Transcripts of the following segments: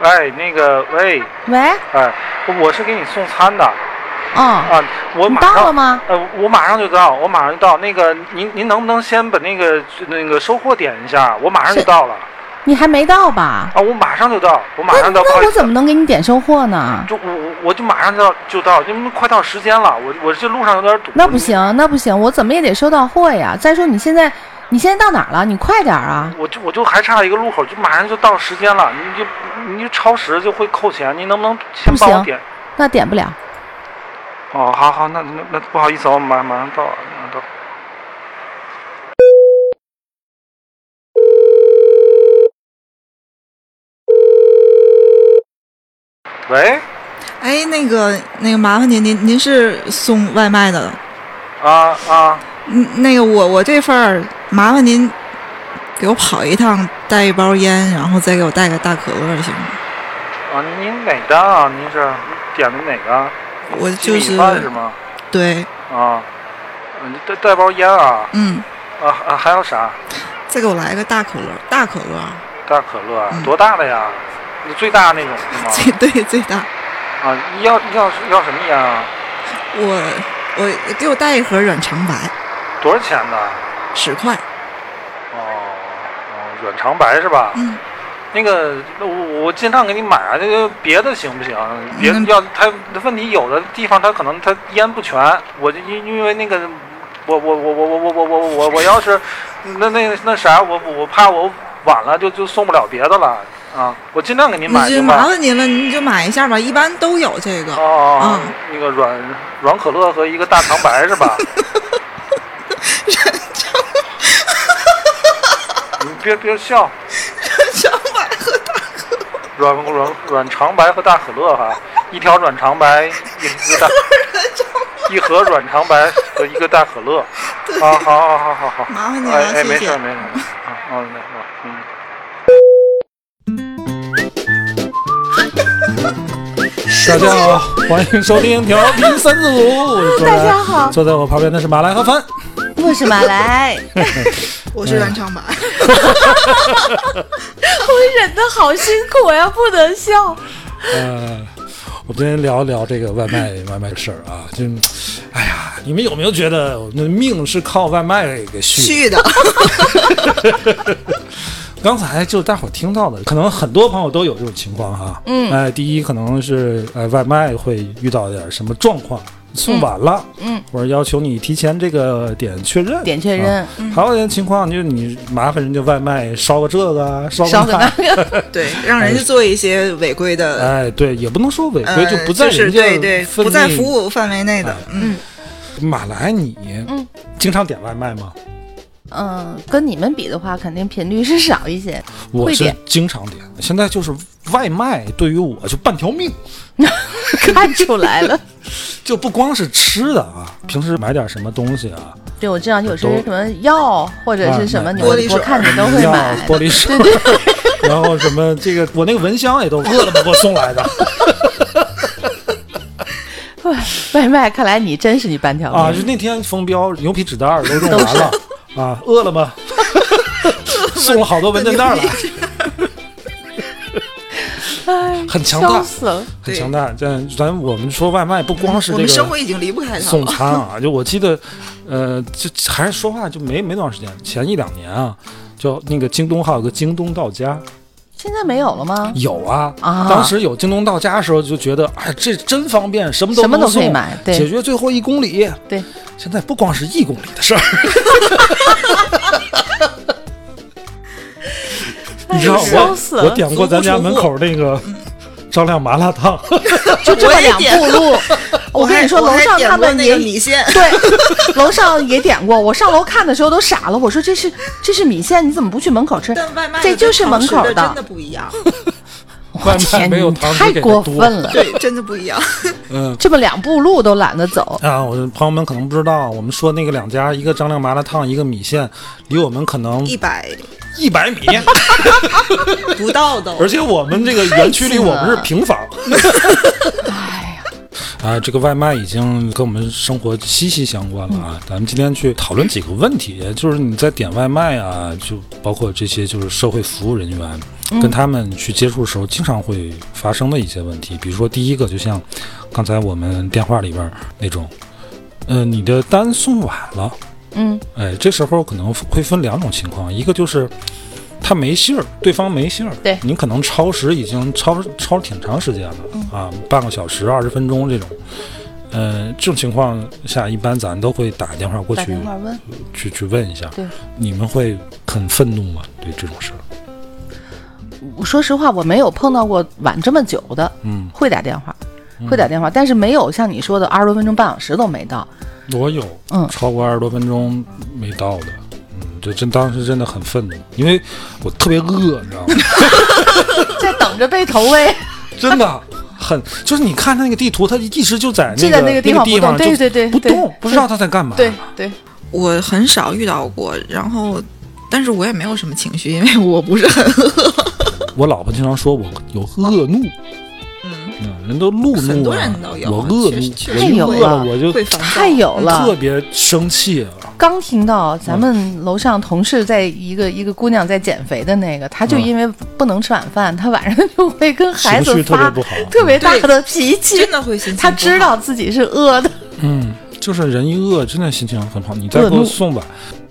喂，哎那个，喂，喂，哎，我是给你送餐的嗯，啊，我你马到了上，吗？呃，我马上就到，我马上就到。那个，您您能不能先把那个那个收货点一下？我马上就是到了你还没到吧？啊，我马上就到，我马那上到。不好那意我思怎么能给你点收货呢？就我我我就马上就到就到，因为快到时间了，我我这路上有点堵。那不行，那不行，我怎么也得收到货呀。再说你现在，你现在到哪儿了？你快点儿啊！我，我就我就还差一个路口，就马上就到时间了，您就您就超时就会扣钱，您能不能先不帮我行点？那点不了。哦，好好，那那那不好意思，我马马上到，马上到。喂，哎，那个那个，麻烦您，您您是送外卖的，啊啊，嗯，那个我我这份儿麻烦您给我跑一趟，带一包烟，然后再给我带个大可乐行吗？啊，您哪单啊？您是点的哪个？啊我鸡就米是饭是吗？对，啊，嗯带带包烟啊，嗯，啊啊，还有啥？再给我来个大可乐，大可乐， 大可乐啊嗯，多大的呀？你最大那种是吗？最对最大，啊，要要要什么烟啊？我我给我带一盒软长白，多少钱呢？十块，哦，哦，软长白是吧？嗯。那个，我我尽量给你买啊。那个别的行不行？别的嗯要它问题有的地方它可能它烟不全，我就因因为那个，我我我我我我我我我我要是那那那啥，我我怕我晚了就就送不了别的了啊。我尽量给你买那就行麻吧。烦您了，您就买一下吧，一般都有这个。哦哦，哦嗯那个软软可乐和一个大长白是吧？你别别笑，想买个大软软软长白和大可乐哈，一条软长 白，一一个大，一盒软长白和一个大可乐。啊，好好好好好，麻烦您了，哎哎，没谢事儿谢。没事儿，啊啊没事儿，嗯。大家好，欢迎收听调频三四五，我是卓然。 大家好坐在我旁边的是马来和帆。我是马 来，我是阮长白，嗯 我忍得好辛苦呀，不能笑。呃，我们今天聊一聊这个外卖外卖的事儿啊，就，哎呀，你们有没有觉得我们的命是靠外卖给续的？去 的。刚才就大伙儿听到的，可能很多朋友都有这种情况哈。嗯，哎、第一可能是呃外卖会遇到点什么状况，送晚了，嗯嗯或者要求你提前这个点确认，点确认啊还有一种情况就是你麻烦人家外卖烧个这个啊，烧少个给那那个。个，对，让人家做一些违规的， 哎，对，也不能说违规，呃，不在是人家对对，分不在内啊服务范围内的。嗯，马来你，嗯经常点外卖吗？嗯，跟你们比的话，肯定频率是少一些。 我会是点经常点，现在就是外卖对于我就半条命，看出来了。就不光是吃的啊，平时买点什么东西啊，对，我知道你有时候什么药或者是什么，啊你玻璃我水我看你 都会饮料买。玻璃水， 然后什么这个我那个蚊香也都是饿了么给我送 来的外卖，看来你真是你半条啊，命。就那天封标牛皮纸袋儿都用完 了啊，饿了么送了好多文件袋儿来， 哎很强笑大，死了。很强大。咱咱我们说外卖不光是我这们生个活已经离不开它送了。餐啊，就我记得，呃，就还是说话就没没多长时间，前一两年啊，就那个京东还有个京东到家，现在没有了吗？有啊，啊当时有京东到家的时候就觉得，哎，这真方便，什么都什么能都可以送买对解决最后一公里。对，现在不光是一公里的事儿。你知道哎呦笑死我了我点过咱家门口那个张亮麻辣烫，就这么两步路。我跟还你说，我楼还上点他过们那个也米 线，对，楼上也点过。我上楼看的时候都傻了，我说这是这是米线，你怎么不去门口吃？但外卖这的就是跟门堂食口的，真的。的不一样。外我卖天，没有你堂食太给的过多分。了，对，真的不一样。 嗯这么两步路都懒得走。啊，我的朋友们可能不知道，我们说那个两家，一个张亮麻辣烫，一个米线，离我们可能一百一百米， 不到的，而且我们这个园区里太近我了们是平 房。哎呀，啊，这个外卖已经跟我们生活息息相关了啊。咱们今天去讨论几个问题，也就是你在点外卖啊，就包括这些就是社会服务人员跟他们去接触的时候，经常会发生的一些问题。比如说第一个，就像刚才我们电话里边儿那种，呃，你的单送晚了，嗯，哎，这时候可能会分两种情况，一个就是他没信儿，对方没信儿，对你可能超时已经超超挺长时间了、嗯啊，半个小时、二十分钟这种。呃，这种情况下，一般咱都会打电话过打去电话问，去去问一下，对你们会很愤怒吗？对这种事儿，我说实话，我没有碰到过晚这么久的，嗯，会打电话，会打电话，但是没有像你说的二十多分钟、半小时都没 到。我有，嗯超过二十多分钟没到的，嗯，这真当时真的很愤怒，因为我特别饿，你知道吗？在等着被投 喂，真的很，就是你看他那个地图，他一直就在就那在个那个地地方不动就对对对不对动，不知道他在干嘛。对对，我很少遇到过，然后。但是我也没有什么情绪，因为我不是很饿。我老婆经常说我有恶怒，嗯，嗯，人都路怒啊，很多人都有我恶确实怒，确我实一有饿了了我就嗯会烦太躁。有了哎特。嗯别生气啊了。刚听到咱们楼上同事在一个、一个姑娘在减肥的那个，她就嗯因为不能吃晚饭，她晚上就会跟孩子情绪特别发不好特别大对的脾气真。的会心情她不知好道自己是饿的。嗯，就是人一饿，真的心情很不好。你再恶给我怒送吧，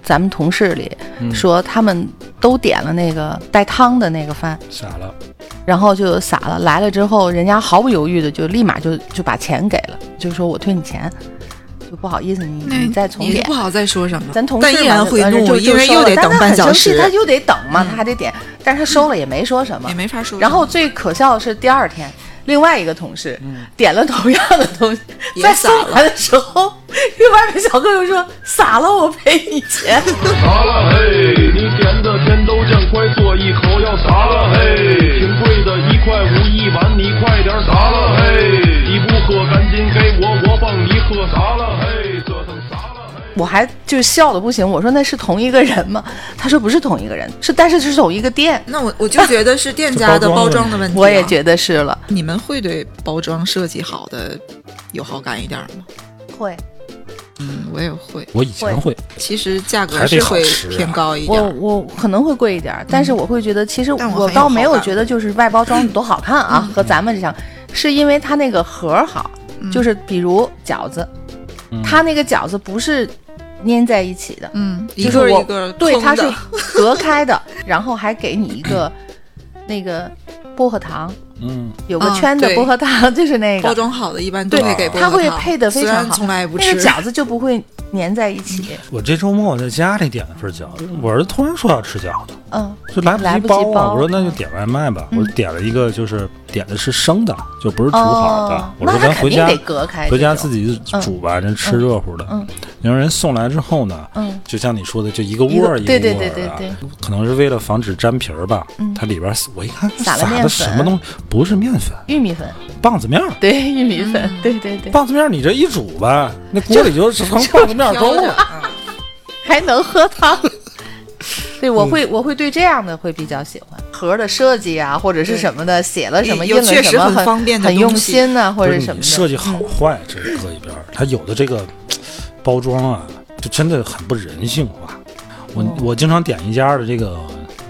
咱们同事里嗯说他们都点了那个带汤的那个饭，傻了。然后就撒了。来了之后，人家毫不犹豫的就立马就就把钱给了，就说我退你钱，就不好意思，你那你再重你点不。好再说什么。咱同事但依然嘛会呃怒就因为就又收得了等但半他小很生气时嗯他就得等嘛，他还得点，但是他收了也没说什么也。没法说什么。然后最可笑的是第二天，另外一个同事点了同样的东西，嗯也在撒了送来的时候，那外面小哥又说撒了，我赔你钱。 砸了嘿！你点的甜豆酱，快嘬一口要砸了嘿！挺贵的，一块五一碗，你快点砸了嘿！你不喝，赶紧给我，我帮你喝，砸了嘿！折腾砸了嘿！我还就笑的不行，我说那是同一个人吗？他说不是同一个人，是但是是同一个店。那我我就觉得是店家的包装的问题、啊我也觉得是了，得，你们会对包装设计好的有好感一点吗？会。嗯，我也会。我以前会，其实价格还得是好会吃啊偏高一点我儿。我可能会贵一点儿，但是我会觉得，其实嗯但我我很有倒没好有感嗯觉得就是外包装多好看啊，和咱们这样，是因为它那个盒儿好，就是比如饺子，嗯它那个饺子不是粘在一起的，嗯，一就是个我一个对，空它是的隔开的，然后还给你一 个那个薄荷糖，嗯，有个啊圈的对薄荷糖，就是那包个，装好的，一般都对会给，薄它荷会糖配的非虽常然好，从来不那吃个。饺子就不会粘在一起，我这周末我在家里点了份饺子，我儿子突然说要吃饺子，嗯，就来来不不及及包啊。包嗯我说那就点外卖吧，我点了一个，就是点的是生的，就不是煮好的哦。我说那它咱回肯定家得隔开，回家这种自己煮吧，人吃热乎的。嗯然后人送来之后呢，嗯就像你说的，就一个窝儿一个对个对窝儿的啊对对对可能是为了防止粘皮儿吧。嗯它里边儿我一看撒了面的粉什么东西，不是面粉，玉米粉。嗯棒子面儿。对，玉米粉，对对对，棒子面儿你这一煮吧，那锅里就成棒子面飘粥着了。啊 还能喝汤。对，我会我会对这样的会比较喜欢盒的设计啊，或者是什么的，写了什么，有印了确什实么，很很方便的很东用西心呐，或不者是什么你的。嗯设计好坏，这是搁一边儿。它有的这个包装啊，就真的很不人性化。我哦我经常点一家的这个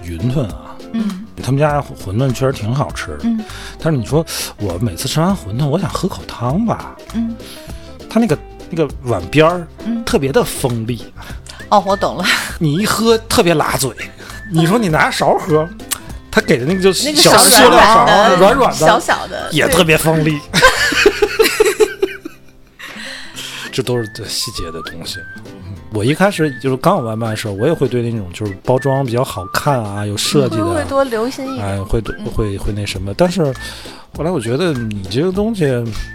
云吞啊，嗯，他们家馄饨确实挺好吃的，嗯但是你说我每次吃完馄饨，我想喝口汤吧，嗯，它那个那个碗边儿，嗯特别的锋利，哦，我懂了，你一喝特别拉嘴，你说你拿勺喝，它给的那个就那个小小塑料勺软的，软软小小的，也对特别锋利， 这都是这细节的东西。我一开始就是刚有外卖的时候，我也会对那种就是包装比较好看啊、有设计嗯会的不啊，会多留心一点？嗯哎，会会会那什么，但是后来我觉得你这个东西，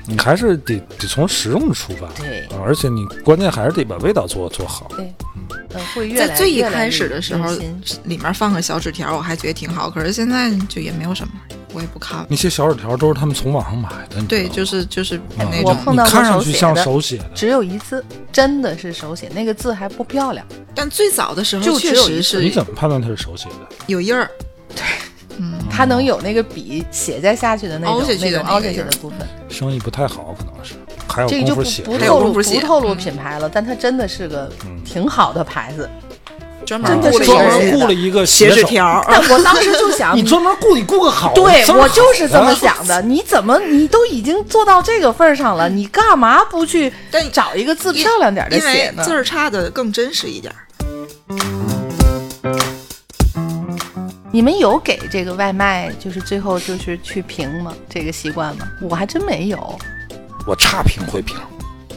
你还是得得从实用出发，对啊而且你关键还是得把味道做做好。对，嗯，会越在来最一越来开越始的时用候心，里面放个小纸条，我还觉得挺好。可是现在就也没有什么，我也不看。那些小纸条都是他们从网上买的，你知道吗对，就是就是啊那我种，碰到你过看上手去写像的手写的，只有一次，真的是手写，那个字还不漂亮。但最早的时就候只确有一实你是怎么判断它是手写的？有印儿，它能有那个笔写在下去的那种凹下去的那种那个凹下去印儿的部分，生意不太好，可能是还有这个就功不夫写不还这有透个。功露夫写不透露嗯品牌了。但它真的是个嗯挺好的牌子。专门真的雇了一是个专人有门人雇了一个写纸手，条儿，但我当时就 想，你专门雇你啊雇个好，对这么我就是这么好想的。你怎么你都已经做到这个份儿上了，你干嘛不去但找一个 字漂亮点儿的因写为呢字？儿差的更真实一点儿。你们有给这个外卖就是最后就是去评吗？这个习惯吗？我还真没有。我差评会评，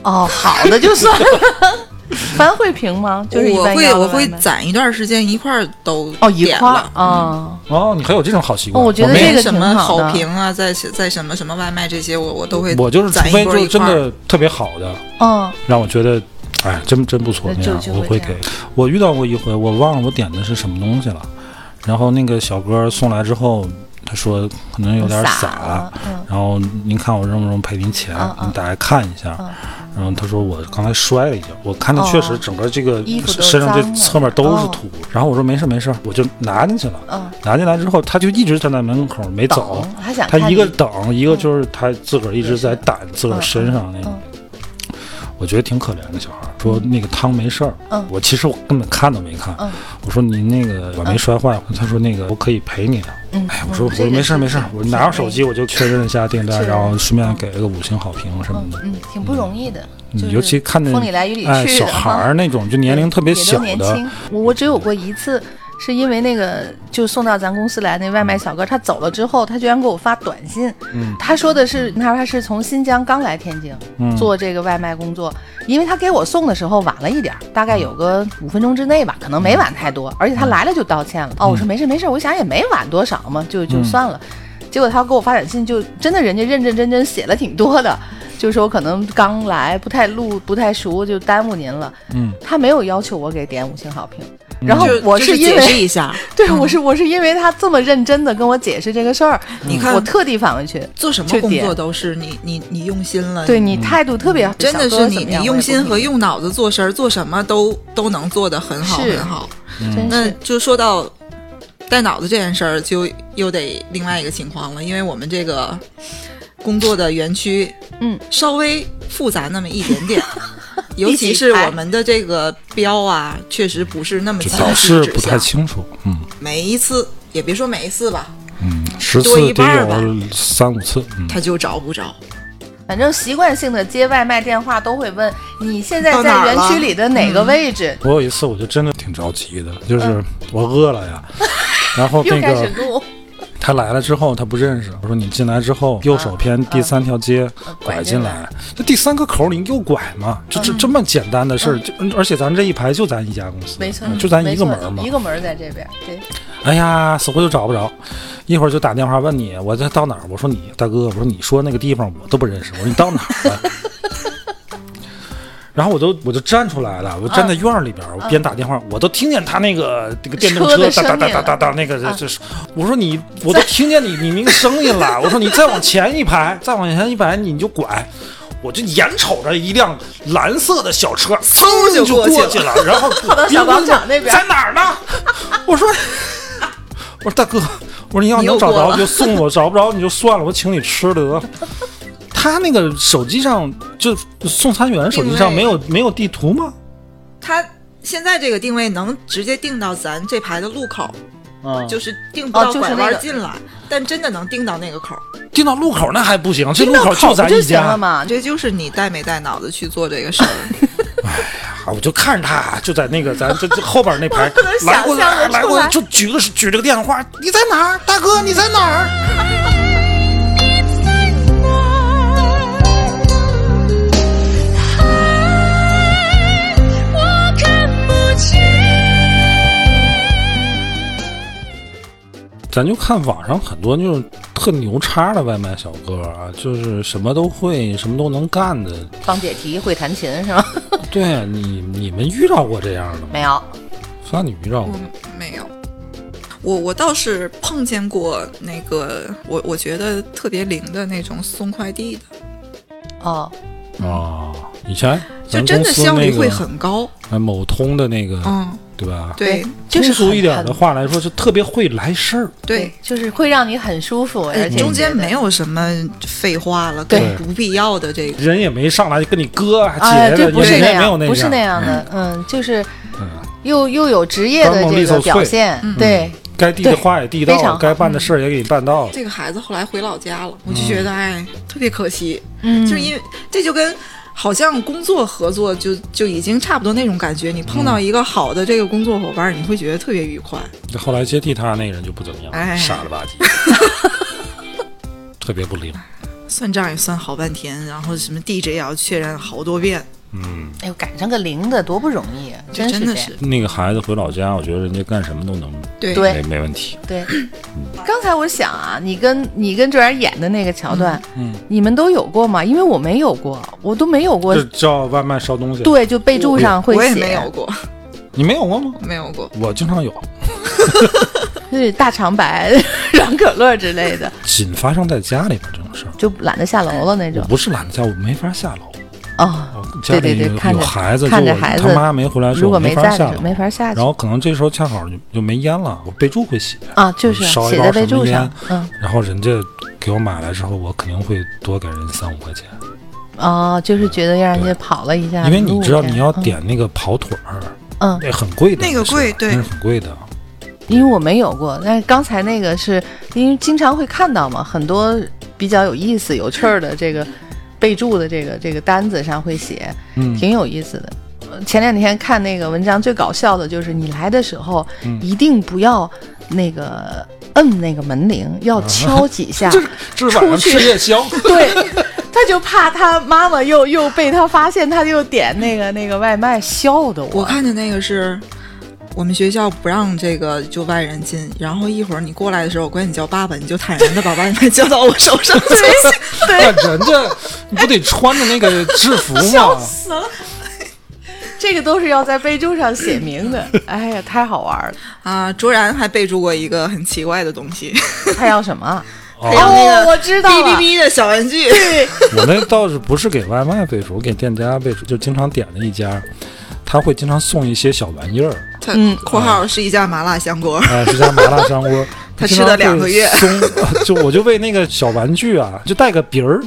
哦，好的就算了。 凡会评吗？就是一我般会要的我会外卖攒一段时间一块儿都哦一点块儿了啊，哦，你还有这种好习惯？哦我觉得没有这个什挺么好的好评啊，在在什么什么外卖这些，我我都会我就是，除攒一非波就是一真块儿的特别好的，嗯，让我觉得，哎，真真不错那那就样就，我会会这给样。我遇到过一回，我忘了我点的是什么东西了。然后那个小哥送来之后，他说可能有点洒了了，，嗯，然后您看我扔不扔赔您钱嗯，嗯你大概看一下嗯。然后他说我刚才摔了一跤，我看他确实哦整个这个嗯衣服都身上这脏了侧面都是哦土。然后我说没事没事，我就拿进去了。嗯拿进来之后，他就一直站在门口没走等，，还想他看一个你等，一嗯个就是他自个儿一直在掸自个儿身上那种。我觉得挺可怜的小孩儿，说那个汤没事儿，嗯我其实我根本看都没看，嗯我说您那个我没摔坏，他说那个我可以赔你的，嗯哎，我说我嗯这说个没事儿是没事儿，我拿着手机我就确认一下订单，是然后顺便给了个五星好评什么嗯的，嗯，挺不容易的，就是嗯尤其看见风里来嗯雨里去哎的小孩儿那种就年龄特别也小都年的轻，。我我只有过一次，是因为那个就送到咱公司来那外卖小哥，他走了之后，他居然给我发短信，嗯他说的是那他是从新疆刚来天津、嗯做这个外卖工作，因为他给我送的时候晚了一点儿，大概有个五分钟之内吧，可能嗯没晚太多，而且他来了就道歉了。哦，我说没事没事，我想也没晚多少嘛，就就嗯算了。结果他给我发短信，就真的人家认认真真写了挺多的，就说可能刚来不太路不太熟，就耽误您了。嗯，他没有要求我给点五星好评，然后就哦我就是因解释为。一下，对，我是我是因为他这么认真的跟我解释这个事儿，嗯你看我特地返回去，做什么就工点作都是你你你用心了，对嗯你态度特别好，嗯真的小哥是你怎么样你用心和，用脑子做事儿，做什么都都能做得很好是很好。我也不理解真那嗯是就说到带脑子这件事儿，就又得另外一个情况了，因为我们这个工作的园区，嗯，稍微复杂那么一点 点。尤一其起是排我们的这个标啊，确实不是那么这清晰倒 是指不太向清楚，嗯每一次也别说每一次吧，嗯，十多次一得半儿吧有三五次，嗯。他就找不着。反正习惯性的接外卖电话都会问你现在到哪在儿园了区里的哪个位置，我有一次我就真的挺着急的，就是我饿了 呀，然后嗯又那开始个嗯录，他来了之后他不认识，我说你进来之啊后右手边第三条街呃拐进来，这第三个口儿你右拐嘛，就嗯这这么简单的事儿，就嗯而且咱这一排就咱一家公司，嗯没错，就咱一个门没儿错嘛一，个门儿在这边，对，哎呀，死活就找不着，一会儿就打电话问你我这到哪儿，我说你大哥，我说你说那个地方我都不认识，我说你到哪儿了？ 然后我都我就站出来了，我站在院儿里边儿，我边打电话，我都听见他那个这个电动嗯车的车哒哒哒声音啊哒哒哒那个这这是，我说你我都听见你你那个声音 了，我说你再往前一排，再往前一排你就拐。我就眼瞅着一辆蓝色的小车，嗖就就过去过去了，然后跑到小广场那边 在哪儿呢？我说，我说大哥，我说你要你又能找过着了你就送我，找不着你就算了，我请你吃的得。他那个手机上就送餐员手机上定位没有没有地图吗？他现在这个定位能直接定到咱这排的路口，啊就是定不哦到就是拐那弯个进来，但真的能定到那个口儿。定到路口那还不行，这听路到口就不咱就一行了家。嘛，这就是你带没带脑子去做这个事儿。啊我就看着他，就在那个咱这这后边那排想来过象得出来过来就举个举着个电话，你在哪儿？大哥你在哪儿？我看不清。咱就看网上很多就是特牛叉的外卖小哥啊，就是什么都会，什么都能干的。放解题会弹琴是吗？对啊你你们遇到过这样的吗？没有，算你遇到过。没有，我我倒是碰见过那个我我觉得特别灵的那种送快递的，哦，哦，以前就咱真的公司效率那个会很高。哎某通的那个，嗯，对吧？对就是通俗很一点的很话来说，是特别会来事儿。对，就是会让你很舒服，而呃且中你间觉得没有什么废话了，对跟不必要的这个。人也没上来就跟你哥啊啊，姐对，的，不是人那家没有样，那不是那样，样的，嗯，就是嗯又又有职业刚的猛这力个受表罪现，嗯对，该递的对话也递到非常嗯了好，该办的事儿也给你办到了。这个孩子后来回老家了，我就觉得嗯哎，特别可惜，嗯就是因为这就跟好像工作合作就就已经差不多那种感觉。你碰嗯到一个好的这个工作伙伴，你会觉得特别愉快。后来接替他那个人就不怎么哎样，傻了吧唧， 特别不灵。算账也算好半天，然后什么地址也要确认好多遍，嗯，哎呦，赶上个零的多不容易，啊就真真的这样是那个孩子回老家，我觉得人家干什么都能，对对没没问题。对，刚才我想啊，你跟你跟郑源演的那个桥段，嗯，你们都有过吗？因为我没有过，我都没有过这。叫外卖烧东西，啊对，就备注上会我也写，没有过，你没有过吗？没有 过。我经常有，就是大长白、 软可乐之类的，仅发生在家里边这种事儿。就懒得下楼了那我种。不是懒得下，我没法下楼。啊哦，家对里对有对看着有孩子，看就着我孩他子妈没回来的时候，如果我没没在法下就楼，没法下去然后可能这时候恰好就就没烟了，我备注会写啊，就是烧一写包在什备么注上烟，嗯，然后人家给我买来之后，我肯定会多给人三五块钱，哦，就是觉得让人家跑了一下因为路这样，你知道你要嗯，点那个跑腿儿，嗯，那很贵的，那个是贵对那是很贵的。因为我没有过，但是刚才那个是因为经常会看到嘛，很多比较有意思、有趣儿的这个备注的这个这个单子上会写，嗯挺有意思的。呃前两天看那个文章，最搞笑的就是你来的时候，嗯一定不要那个摁那个门铃，要敲 几下。这啊是晚上吃夜宵， 对，他就怕他妈妈又又被他发现，他又点那个那个外卖，笑的我。我看见那个是我们学校不让这个就外人进，然后一会儿你过来的时候，我管你叫爸爸，你就坦然的把外卖 交到我手上去。那人家你不得穿着那个制服笑吗？死了。 这个都是要在备注上写明的，哎呀，太好玩了！ 啊，卓然还备注过一个很奇怪的东西，他要什 么啊？哦 还有那哦个我知道哔了哔哔的小玩具。 我那倒是不是给外卖备注，我给店家备注，就经常点的一家，他会经常送一些小玩意儿。他嗯（括号是一家麻辣香锅。啊，是家麻辣香锅 他吃了两个月经常会松 就我就为那个小玩具啊，就带个鼻儿，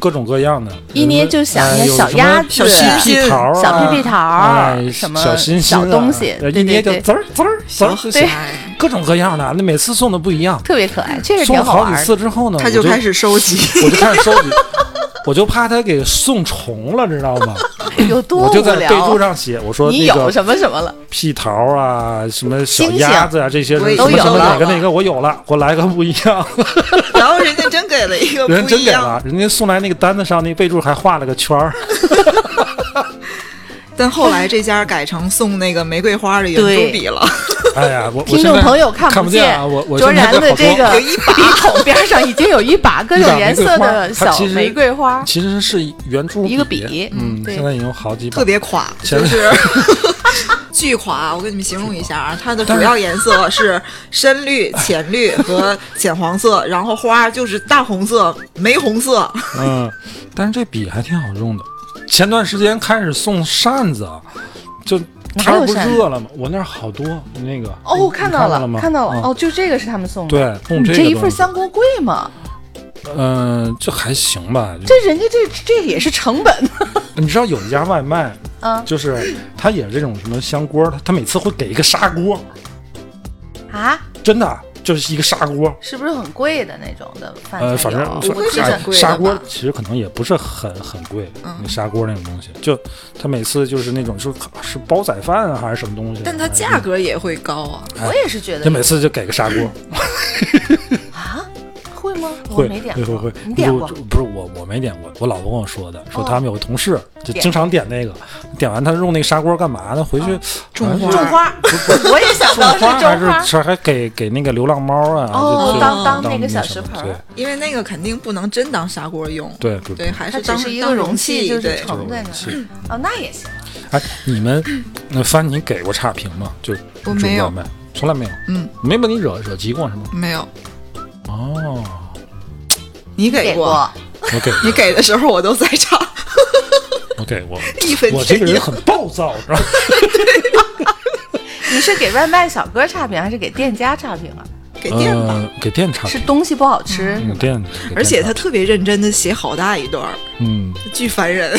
各种各样的。一捏就想哎那有小什么鸭子小屁屁桃儿啊、小屁屁桃儿哎什么小心心啊小东西对一捏就对对滋儿滋儿滋儿，小对哦对，各种各样的。那每次送的不一样，特别可爱，这是送挺了好玩几儿的。次之后呢，他我就开始收集。 我就开始收集，我就怕他给送重了，知道吗？有多我就无在备注聊？上写，我说你那有个什么什么了？屁桃啊，什么小星星鸭子啊，这些我也什么都什有么哪了个哪个我有了，我来个不一样。然后人家真给了一个 人不真一给样了，，人家送来那个单子上那备注还画了个圈儿，但后来这家改成送那个玫瑰花的圆珠笔了，哎呀，我我听现众在朋友看不见啊，我我卓现在然在的好这多个笔筒边上已经有一把各一种把颜玫瑰色花的它小其实玫瑰花，其实是圆珠一个笔嗯嗯，对现在已经有好几把特，别垮，前就面是 巨垮。我给你们形容一下啊，它的主要颜色是深绿、浅绿和浅黄色，然后花就是大红色、玫红色。 嗯，但是这笔还挺好用的。前段时间开始送扇子，啊就天儿不哪有扇子热了吗？我那儿好多那个哦，我你看看到吗？看到了，嗯哦，，就这个是他们送的。对，送你这这个一份东西三国贵吗？嗯，这还行吧。就这人家这这也是成本你知道有一家外卖，啊就是他也是这种什么香锅，他他每次会给一个砂锅，啊！真的就是一个砂锅。是不是很贵的那种的饭才有？呃，反正不会是反很贵的砂吧锅其实可能也不是很很贵，嗯那砂锅那种东西，就他每次就是那种就是是煲仔饭啊还是什么东西，但它价格也会高啊，我也是觉反正得就每次就给个砂锅，啊，会吗？嗯我会没点会过，会会，你点不过是？不是我我没点过，我老婆跟我说的，说哦他们有个同事就点哦经常点那个，点完他用那个砂锅干嘛呢？回去种好像是花花，我也想种到是花还种花是。是还给给那个流浪猫啊？哦就就当当当那个小什么食盆儿因为那个肯定不能真当砂锅用。对对不对，还它是只当是一个当容器，器，就是对。盛在那就是儿。哦，那也行。哎，你们那番你给过差评吗？就煮我没有外卖从来没有，嗯，没把你惹惹急过是吗？没有，哦，你给给过，我给你给的时候我都在场，我给 过，义愤我这填个人膺。很暴躁，是吧？你是给外卖小哥差评还是给店家差评啊？给电吧，呃、给店差是评，东西不好吃，给店，给而且店他差特别认真的写好大一段儿，评嗯，巨烦人。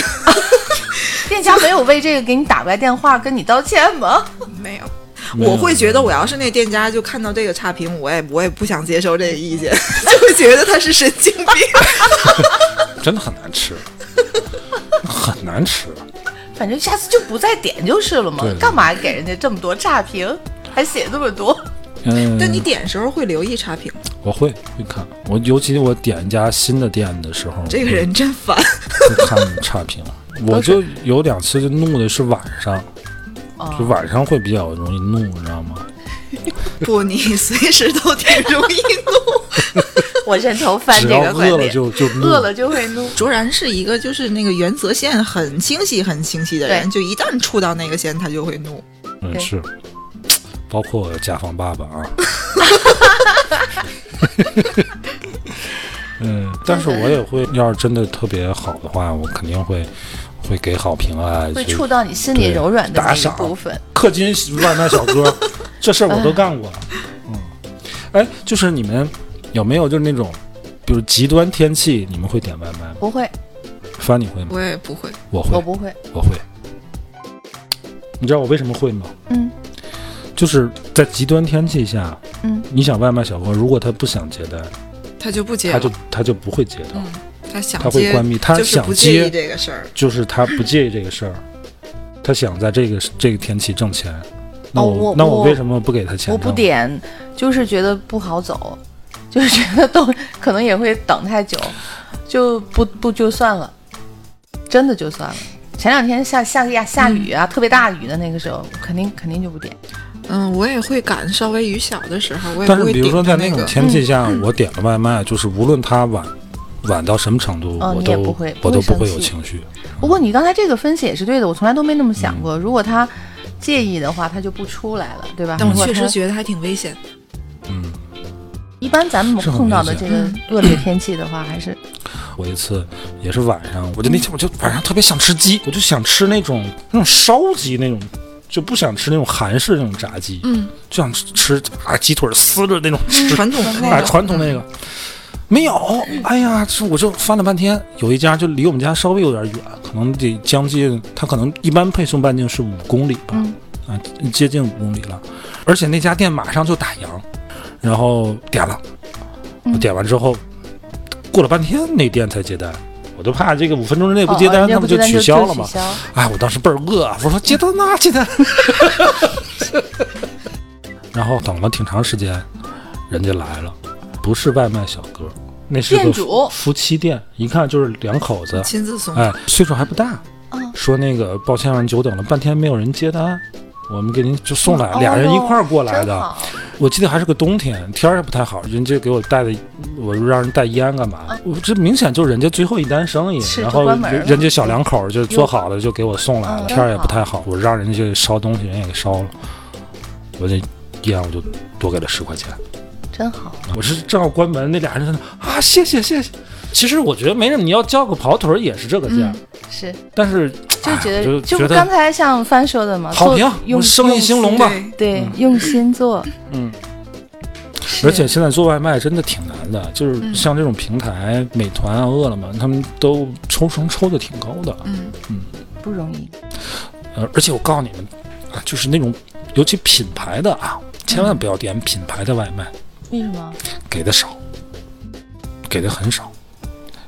店家没有为这个给你打过来电话跟你道歉吗？没有，没有我会觉得我要是那店家，就看到这个差评，我也我也不想接受这个意见， 就会觉得他是神经病。真的很难吃，很难吃。反正下次就不再点就是了嘛对，对干嘛给人家这么多差评， 还写这么多？ 嗯， 但你点时候会留意差评，我会会看，我尤其我点一家新的店的时候，这个人 真烦。会会看差 评。我就有两次就怒的是晚上，就哦，晚上会比较容易怒，你知道吗？不，你随时都挺容易怒。我认同翻只这要个观饿了点，就嗯就怒饿了就会怒。卓然是一个就是那个原则线很清晰、很清晰的人，就一旦触到那个线，他就会怒。嗯对是，包括甲方爸爸 啊。 嗯，但是我也会，要是真的特别好的话，我肯定会会给好评啊，会就触到你心里柔软的对打那一赏部分。氪金外卖小 哥，这事儿我都干哎过。嗯，哎，就是你们有没有就是那种，比如极端天气，你们会点外卖吗？不会，翻你会吗？我也不会，我会我，不会。我会。你知道我为什么会吗？嗯，就是在极端天气下，嗯，你想外卖小哥如果他不想接单，他就不接他了，就他就不会接到，嗯他想他会接，关闭他就是想不介接意这个事儿。就是他不介意这个事儿，他想在这个这个天气挣钱。那哦我、我那我我为什么不给他钱呢？我不点，就是觉得不好走， 就是觉得都可能也会等太久，就不不就算了，真的就算了。前两天下下下下雨嗯啊，特别大雨的那个时候，肯定肯定就不点。嗯，我也会赶稍微雨小的时候，我也但不是会比如顶说着在那种个。天嗯气下，我点了外卖，就是无论它晚晚到什么程度，哦我你也都不会我不都会不会生有气情绪。不过你刚才这个分析也是对的，我从来都没那么想嗯过。如果他介意的话，他就不出来了，对吧？但我如果确他实觉得还挺危险。一般咱们是很碰到危的险这个嗯恶劣天气的话，还是我一次也是晚上，我就那天我就晚上特别想吃鸡，我就想吃那种那种烧鸡那种，就不想吃那种韩式那种炸鸡，嗯，就想吃啊鸡腿撕着那嗯种吃传统的那啊种传统那个。没有，哎呀，这我就翻了半天，有一家就离我们家稍微有点远，可能得将近，它可能一般配送半径是五公里吧，嗯啊，接近五公里了。而且那家店马上就打烊，然后点了，嗯我点完之后，过了半天那店才接单，我都怕这个五分钟之内不接单，哦他要们不接单取就消就了取嘛消。哎，我当时倍儿饿，我说接单呐、接单。 然后等了挺长时间，人家来了，不是外卖小哥，那是个店主夫夫妻店，一看就是两口子，亲自送，哎，岁数还不大，嗯说那个抱歉让你久等了，半天没有人接单，我们给您就送来，哦俩人一块儿过来真的好。我记得还是个冬天，天儿也不太好，人家给我带的，我就让人带烟干嘛？我这明显就是人家最后一单生意，啊是然就后关门人了人家小两口就做好了就给我送来了，嗯天儿也不太好，我让人家烧东西，人也给烧了，我这烟我就多给了十块钱。真好，我是正要关门，那俩人在那啊，谢谢谢谢。其实我觉得没什么，你要叫个跑腿儿也是这个价，是但是嗯就觉哎得就就觉刚得才像帆说的嘛，好做评，我用生意兴隆吧。对对，用心做，嗯是，而且现在做外卖真的挺难的，嗯就是像这种平台，美团啊、饿了么，他们都抽成抽的挺高的。嗯，不容易。呃，而且我告诉你们，啊，就是那种尤其品牌的啊，千嗯万不要点品牌的外卖，为什么？给的少，给的很少，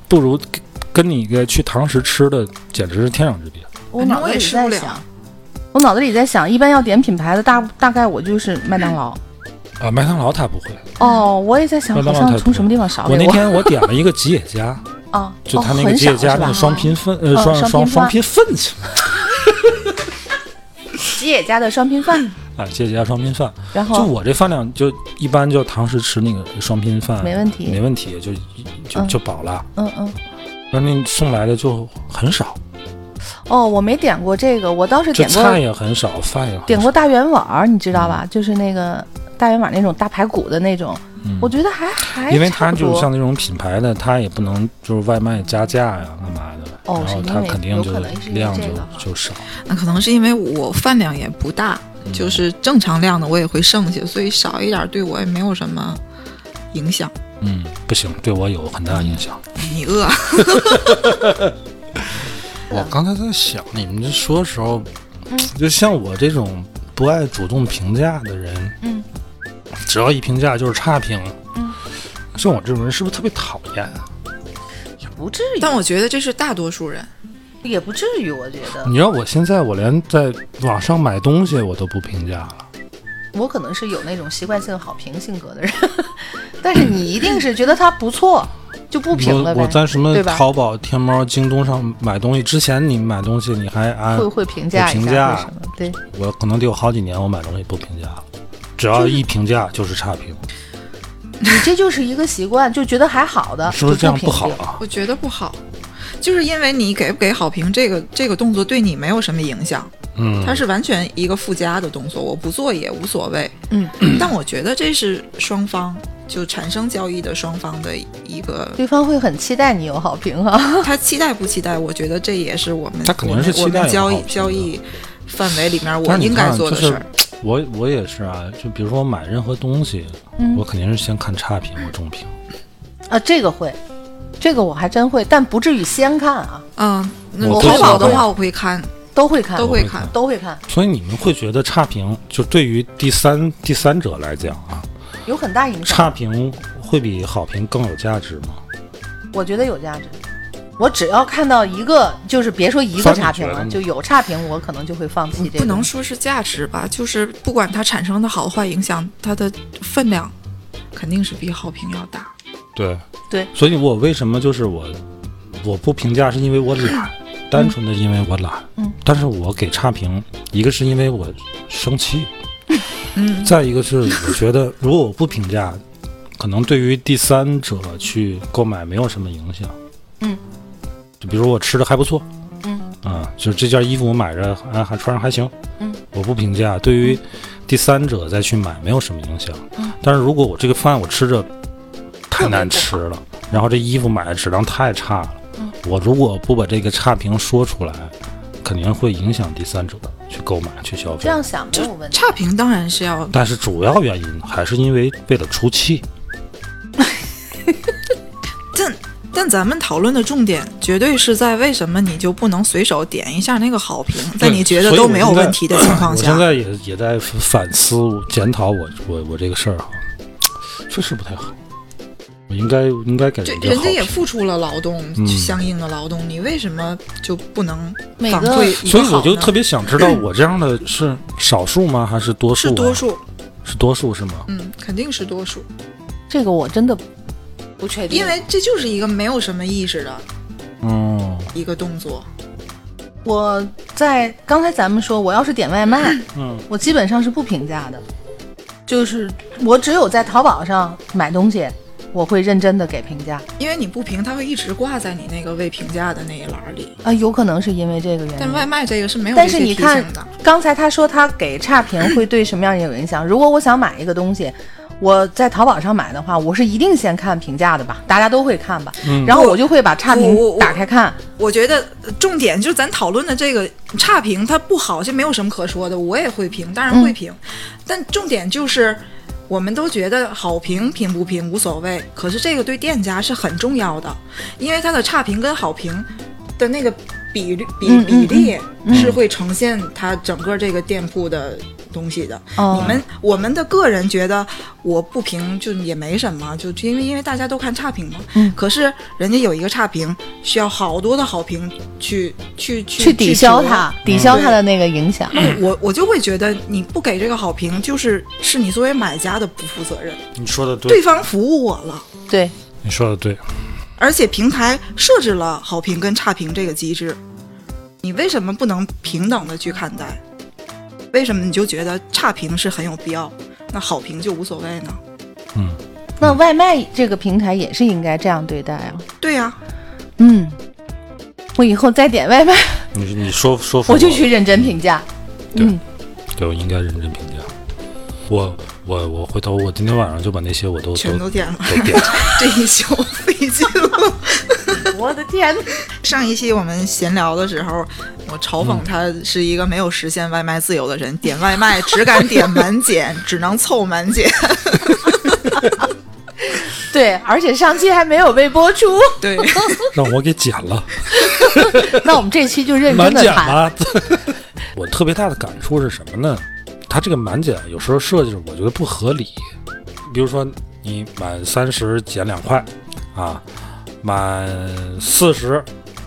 不如跟跟你个去堂食吃的简直是天壤之别。我反正脑哎我子也里吃不在了想，我脑子里在想，一般要点品牌的大大概我就是麦当劳。啊，麦当劳他不会。哦，我也在想，麦好当劳像太从多什么地方少我那给天我点了一个吉野 家，啊，就哦他那个很吉野少家是那吧个双拼分，呃，哦双双双拼双饭拼分去吉野家的双拼 饭，啊，吉野家双拼饭。然就后我这饭量，就一般就堂食吃那个双拼饭，没问题没问题，就就嗯就饱了。嗯嗯，那那送来的就很少，哦，我没点过这个，我倒是这点过菜也嗯很少，饭也很少点过大圆碗儿，你知道吧？就是那个大圆碗那种大排骨的那种，我觉得还还嗯因为差它不就多像那种品牌的，它也不能就是外卖加价呀、干嘛的，哦然是后因它为肯定有就可能是因为量这就个哈就少。那可能是因为我饭量也不大，就是正常量的我也会剩下，所以少一点对我也没有什么影响。嗯，不行，对我有很大影响。你饿， 我刚才在想，你们这说的时候，嗯就像我这种不爱主动评价的人，嗯，只要一评价就是差评，像我这种人是不是特别讨厌？啊也不至但我觉得这是大多数人。于，也不至于，我觉得你让我现在，我连在网上买东西我都不评价了。我可能是有那种习惯性好评性格的人， 但是你一定是觉得它不错就不评了我呗，我在什么对吧？淘宝、天猫、京东上买东西之前，你买东西你还按会会评价我一评下价或什么？对，我可能得有好几年，我买东西不评价了，只要一评价就是差评，你 这就是一个习惯，就觉得还好的，是不是这样就不不评好定啊？我觉得不好，就是因为你给不给好评这个这个动作对你没有什么影响，嗯它，是完全一个附加的动作，我不做也无所谓。嗯， 但我觉得这是双方就产生交易的双方的一个，对方会很期待你有好评啊。他期待不期待？我觉得这也是我们他肯定是期我待们我们有交好易评的交易范围里面我但是应你该看，做就的事是儿。我我也是啊，就比如说我买任何东西，嗯我肯定是先看差评或中评，啊，这个会，这个我还真会，但不至于先看啊，嗯，那我淘会宝做的的话我会看，都会看，都会会看看。都会看，所以你们会觉得差评就对于第三第三者来讲啊，有很大影响。差评会比好评更有价值吗？我觉得有价值。我只要看到一个，就是别说一个差评发了，你觉就得有差评，我可能就会放弃这个。不能说是价值吧，就是不管它产生的好坏影响，它的分量肯定是比好评要大。对对，所以我为什么就是我我不评价，是因为我懒，单纯的因为我懒。嗯，但是我给差评，一个是因为我生气，嗯，再一个是我觉得如果我不评价， 可能对于第三者去购买没有什么影响。嗯，就比如我吃的还不错，嗯啊，就是这件衣服我买着还还穿上还行，嗯，我不评价，对于第三者再去买没有什么影响。嗯但是如果我这个饭我吃着太特别难不吃了，嗯然后这衣服买的质量太差了，我如果不把这个差评说出来，肯定会影响第三者去购买去消这费。样想没有问题。差评当然是要但是主要原因还是因为为了出气，但但咱们讨论的重点绝对是在为什么你就不能随手点一下那个好评，在你觉得所以都我没有现在问题的情况我下现，在也也在反思检讨我我我这个事儿啊哈，确实不太好。我应该应该给这人家人好家也评。付出了劳动，嗯相应的劳动，你为什么就不能每反个馈一所个好呢？以我就特别想知道，我这样的是少数吗？还是多数、是多，数，是多数是吗？嗯，肯定是多数，这个我真的不确定，因为这就是一个没有什么意识的嗯一个动作。我在刚才咱们说，我要是点外卖，嗯，我基本上是不评价的，就是我只有在淘宝上买东西，我会认真的给评价因为你不评，它会一直挂在你那个未评价的那一栏里。啊，有可能是因为这个原但因。外卖这个是没有但这是些你提看醒的，，刚才他说他给差评会对什么样有影响？如果我想买一个东西，我在淘宝上买的话，我是一定先看评价的吧，大家都会看吧，然后我就会把差评不我我打开看。我觉得呃重点就是咱讨论的这个差评，它不好就没有什么可说的。我也会评，当然会评，但重点就是我们都觉得好评评不评无所谓，可是这个对店家是很重要的，因为它的差评跟好评的那个比率比嗯比嗯例是会呈现它整个这个店铺的。东西的，哦你们我们的个人觉得我不评就也没什么，就因为因为大家都看差评嘛。嗯可是人家有一个差评，需要好多的好评去去去去抵消它，去嗯抵消它的那个影响。折我我就会觉得你不给这个好评，就是是你作为买家的不负责任。你说的对，方服务我了，对，你说的对，而且平台设置了好评跟差评这个机制，你为什么不能平等的去看待？为什么你就觉得差评是很有必要，那好评就无所谓呢？嗯，那外卖这个平台也是应该这样对待啊。对呀、 嗯，我以后再点外卖，你你说说服我就去认真评价。对我应该认真评价。我我我回头我今天晚上就把那些我都全都点了都点了。 这一宿费劲了。我的天，上一期我们闲聊的时候，我嘲讽他是一个没有实现外卖自由的人，点外卖只敢点满减，只能凑满减。对，而且上期还没有被播出， 对，让我给剪了， 那我们这期就 认满真的减谈。吧。 我特别大的感触是什么呢？它这个满减有时候设计着我觉得不合理，比如说你满三十减两块，啊，满四十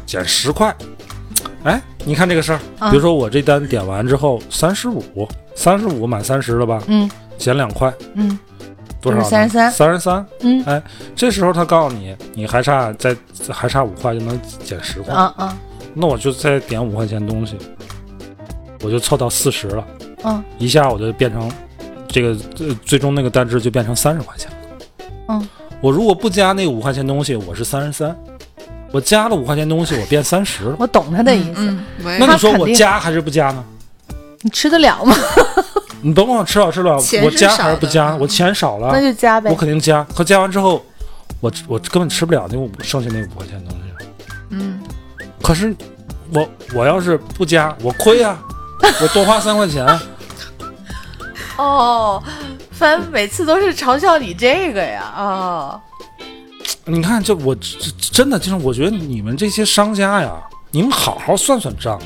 减十块。哎，你看这个事儿，啊比如说我这单点完之后三十五，三十五满三十了吧？嗯，减两块，嗯，多少呢？就是33三十三。嗯哎，这时候他告诉你，你还差再还差五块就能减十块，嗯嗯那我就再点五块钱东西，我就凑到四十了，嗯一下我就变成这个最最终那个单支就变成三十块钱了。嗯，我如果不加那五块钱东西，我是三十三；我加了五块钱东西，我变三十了。我懂他的意思。嗯，我也那哎他你说肯我定加还是不加呢？你吃得了吗？你甭管我吃好吃不好钱，是我加还少是不的加？嗯我钱少了，那就加呗我。肯定加。可加完之后，我吃我根本吃不了那五剩下那五块钱东西。嗯，可是我我要是不加，我亏啊，我多花三块钱。 哦，凡每次都是嘲笑你这个呀？哦，你看，这我这这真的就是，我觉得你们这些商家呀，你们好好算算账。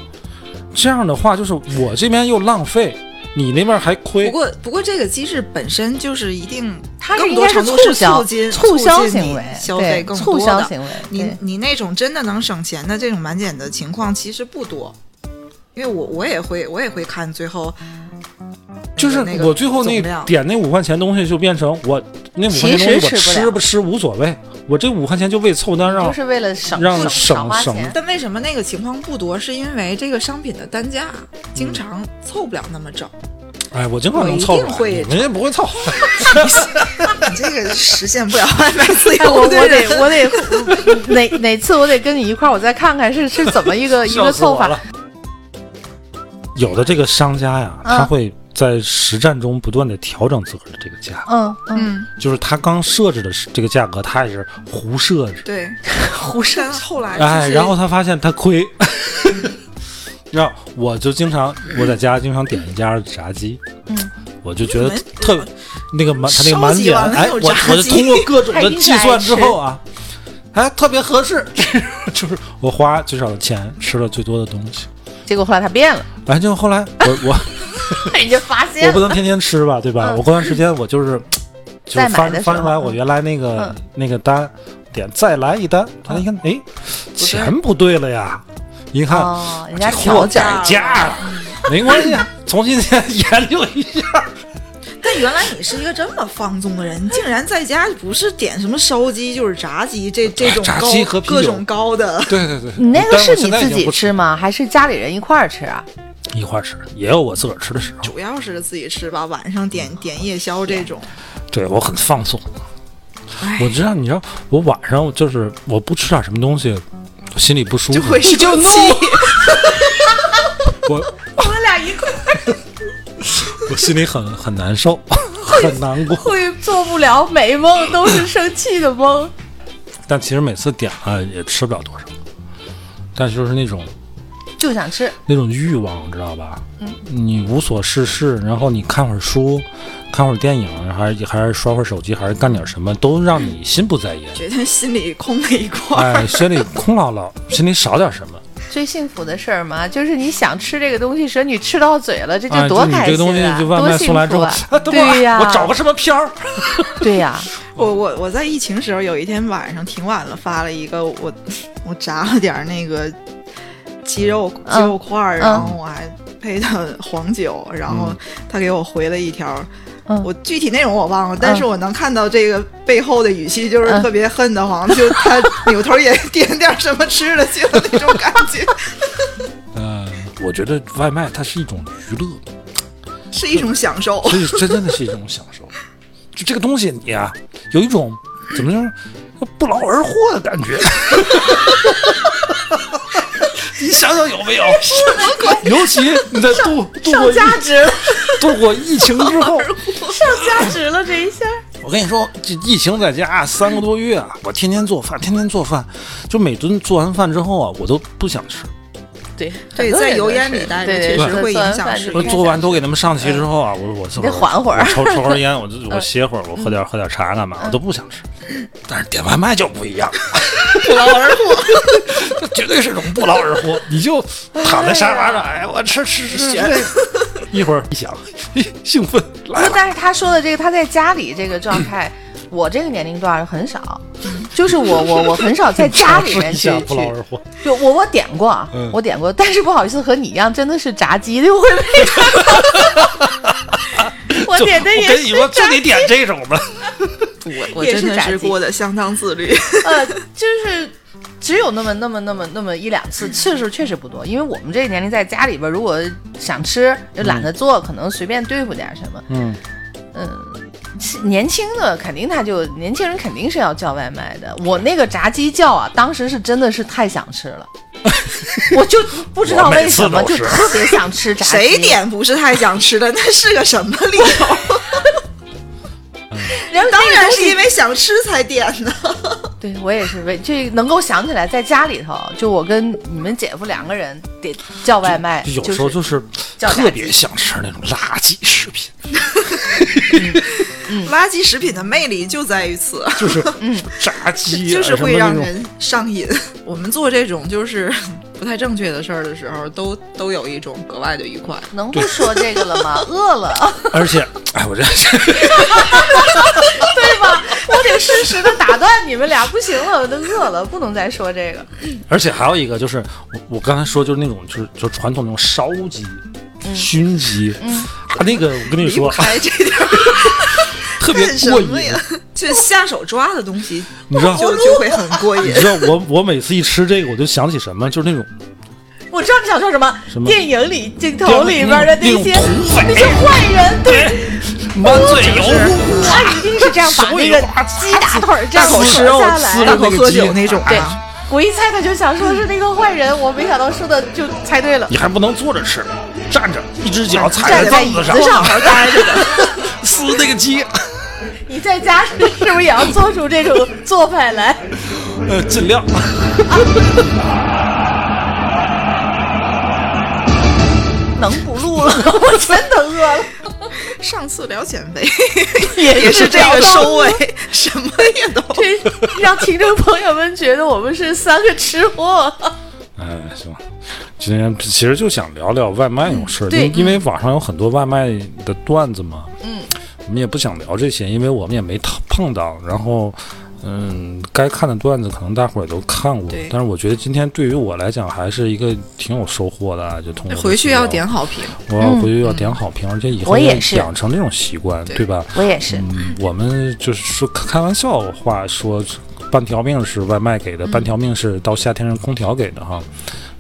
这样的话，就是我这边又浪费，你那边还亏不。过不过这个机制本身就是一定，它是更应多该是程度促销促进促销进行你为消对费更促多销的行为你对你那种真的能省钱的这种满减的情况其实不多，因为我我也会我也会看最后就是那个我最后那总量点那五块钱东西，就变成我那五块钱东西我其实吃不了吃不吃无所谓，我这五块钱就为凑单让就是为了省让省省少花省钱。但为什么那个情况不多？是因为这个商品的单价经常凑不了那么整。哎，我尽管我能一凑定合，会你们也不会凑合。 你这个实现不了外卖自哎，我由我的得人，我得 哪哪次我得跟你一块儿，我再看看是是怎么一 个一笑个死我凑法了。有的这个商家呀，嗯他会在实战中不断的调整自个儿的这个价格，嗯嗯，嗯，就是他刚设置的是这个价格，他也是胡设置， 对，胡但后来就是、哎，然后他发现他亏。 然后我就经常我在家经常点一家炸鸡，嗯，我就觉得你们特那个满他那个满烧鸡减，完了哎，有我炸我就鸡通过各种还的应计该算之吃后啊，哎，特别合适， 就是我花最少的钱吃了最多的东西。结果后来他变了，哎，就后来我我 你就发现我不了。能天天吃吧，对吧？嗯我过段时间我就是就再买翻的时翻出来候我嗯原来那个嗯那个单，点再来一单，他一看，哎，钱不对了呀，一看哦，啊这人家调货整改价了， 没关系啊，重新再研究一下。但原来你是一个这么放纵的人，你竟然在家不是点什么烧鸡就是炸鸡这这种啊炸高鸡和啤酒各种高的，对对对，你那个但是我你现在已自经己不吃吗？还是家里人一块儿吃 啊？一块儿吃，也有我自个儿吃的时候。主要是自己吃吧，晚上点点夜宵这种，对我很放松哎。我知道，你知道，我晚上就是我不吃点什么东西，我心里不舒服，会生气。我 我们俩一块 我心里很很难受，很难过。会做不了美梦，都是生气的梦。但其实每次点了也吃不了多少，但是就是那种 就想吃，那种欲望，知道吧？嗯，你无所事事，然后你看会儿书，看会儿电影，还是还是刷会儿手机，还是干点什么，都让你心不在焉，觉得心里空了一块儿。哎，心里空落 落，心里少点什么。最幸福的事儿嘛，就是你想吃这个东西时，你吃到嘴了，这就哎，多就你开这个东心西啊！就外卖多幸送福来之后，啊！哎，等会对儿呀，我找个什么片儿，对 呀，我我我在疫情时候有一天晚上挺晚了，发了一个我我炸了点儿那个鸡肉鸡肉块儿，嗯然后我还配的黄酒，然后他给我回了一条。嗯我具体内容我忘了，但是我能看到这个背后的语气就是嗯特别恨得慌，就 他扭头也点点什么吃的去了那种感觉，嗯、我觉得外卖它是一种娱乐，是一种享受。所以这真的是一种享受。就这个东西你啊，有一种怎么说不劳而获的感觉。你想想有没有？尤其你在度度过疫值了，度过疫情 之后，上价值了这一下。我跟你说，这疫情在家、三个多月啊，我天天做饭，天天做饭，就每顿做完饭之后啊，我都不想吃。对对在油烟里待着确对对实对会做完影响饭食就欲我不太做完想嗯都给他们上齐之后啊，我我我得缓会儿嗯我抽抽根烟，我就我歇会儿，我喝点喝点茶干嘛，我都不想吃。但是点外卖就不一 样，不劳而获， 这绝对是种不劳而获。你就躺在沙发上，哎，我吃吃吃吃，一会儿一想，嘿兴奋来不，了，但是他说的这个，他在家里这个状态，我这个年龄段儿很少， 就是我我我很少在 家里 面一去下不去劳而获。就我我点过啊，嗯我点过，但是不好意思和你一样，真的是炸鸡就会被炸。我就点的我也跟你是说，就得点这种吧。我我也真是的直鸡播，的，相当自律。呃，就是。只有那么那么那么那么一两次，次数确实不多，因为我们这个年龄在家里边儿，如果想吃就懒得做，可能随便对付点儿什么。嗯，嗯，是年轻的肯定他就年轻人肯定是要叫外卖的。我那个炸鸡叫啊，当时是真的是太想吃了， 我就不知道为什么我每次就都是特别想 吃炸鸡。谁？点不是太想吃的？那是个什么理 由？然后当那个然东是西因为想吃才点的。对我也是为这能够想起来，在家里头就我跟你们姐夫两个人得叫外卖，有时候就就是是叫炸鸡特别想吃那种垃圾食品。垃圾食品的魅力就在 于此。就是嗯炸鸡、啊，就是会什么让那种人上瘾。 我们做这种就是不太正确的事儿的时候，都都有一种格外的愉快。能不说这个了吗？饿了，而且，哎， 我这对吧？ 我得适时的打断你们俩，不行了，我都饿了，不能再说这个。而且还有一个就是，我我刚才说就是那种就是就是传统那种烧鸡、熏鸡，啊，那个我跟你说，哎，这点儿 特别干什过么瘾呀，？就下手抓的东 西，你知道就就会很 过你瘾。知道我我每次一吃这个，我就想起什么，就是那种我知道你想说什么，什么电影里镜头里边的那些那种土匪那些坏人，对，满嘴油污，他一定是这样把手那里个哇鸡大腿儿这样口吃折肉下呲来了。口喝酒那种对，啊，我一猜他就想说是那个坏人，我没想到说的就猜对了嗯你。还不能坐着吃，站着，一只脚踩站在凳椅子子上，待着的。 撕那个鸡，你在家是不是也要做出这种做派来？呃，尽量。能不录了？ 我真的饿了。上次聊减肥 也也是这聊个到收 尾，什么也都这让听众朋友们觉得我们是三个吃货。哎，行，今天其实就想聊聊外卖这种事儿，对因因为网上有很多外卖的段子嘛。嗯，我们也不想聊这些，因为我们也没碰碰到。然后，嗯，该看的段子可能大伙儿也都看过，但是我觉得今天对于我来讲还是一个挺有收获的啊，就通过回去这次要聊点，好评，我要回去要点好评，而且以后我也要是养成这种习惯，对吧？ 我也是，嗯，我们就是说开开玩笑话说，半条命是外卖给的，半条命是到夏天是空调给的哈。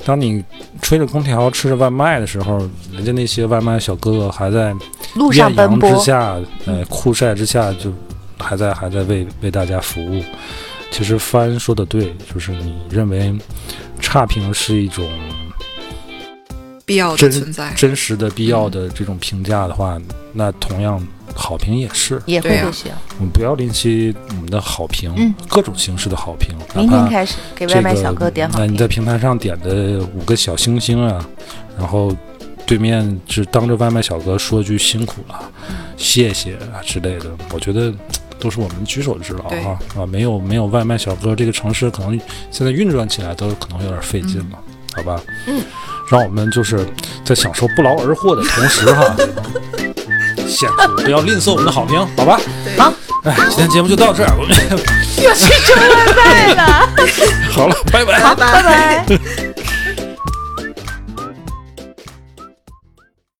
当你吹着空调吃着外卖的时候，人家那些外卖小哥哥还在路艳阳之下，呃，酷晒之下，就还在还在为为大家服务。其实帆说的对，就是你认为差评是一种必要的真存在。真实的、必要的这种评价的话，那同样好评也是。也对啊需要。我们嗯不要吝惜我们的好评，嗯各种形式的好评。明天哪怕开始给这外个，卖小哥点好那你评。在平台上点的五个小星星啊，然后对面只当着外卖小哥说句辛苦了、嗯谢谢啊之类的，我觉得。都是我们举手之劳对哈啊！没有没有外卖小哥，这个城市可能现在运转起来都可能有点费劲了，好吧？嗯，让我们就是在享受不劳而获的同时哈， 显出不要吝啬我们的好评，好吧？好，哎，今天节目就到这儿，我们 又去吃外卖了，好了，拜拜。拜拜。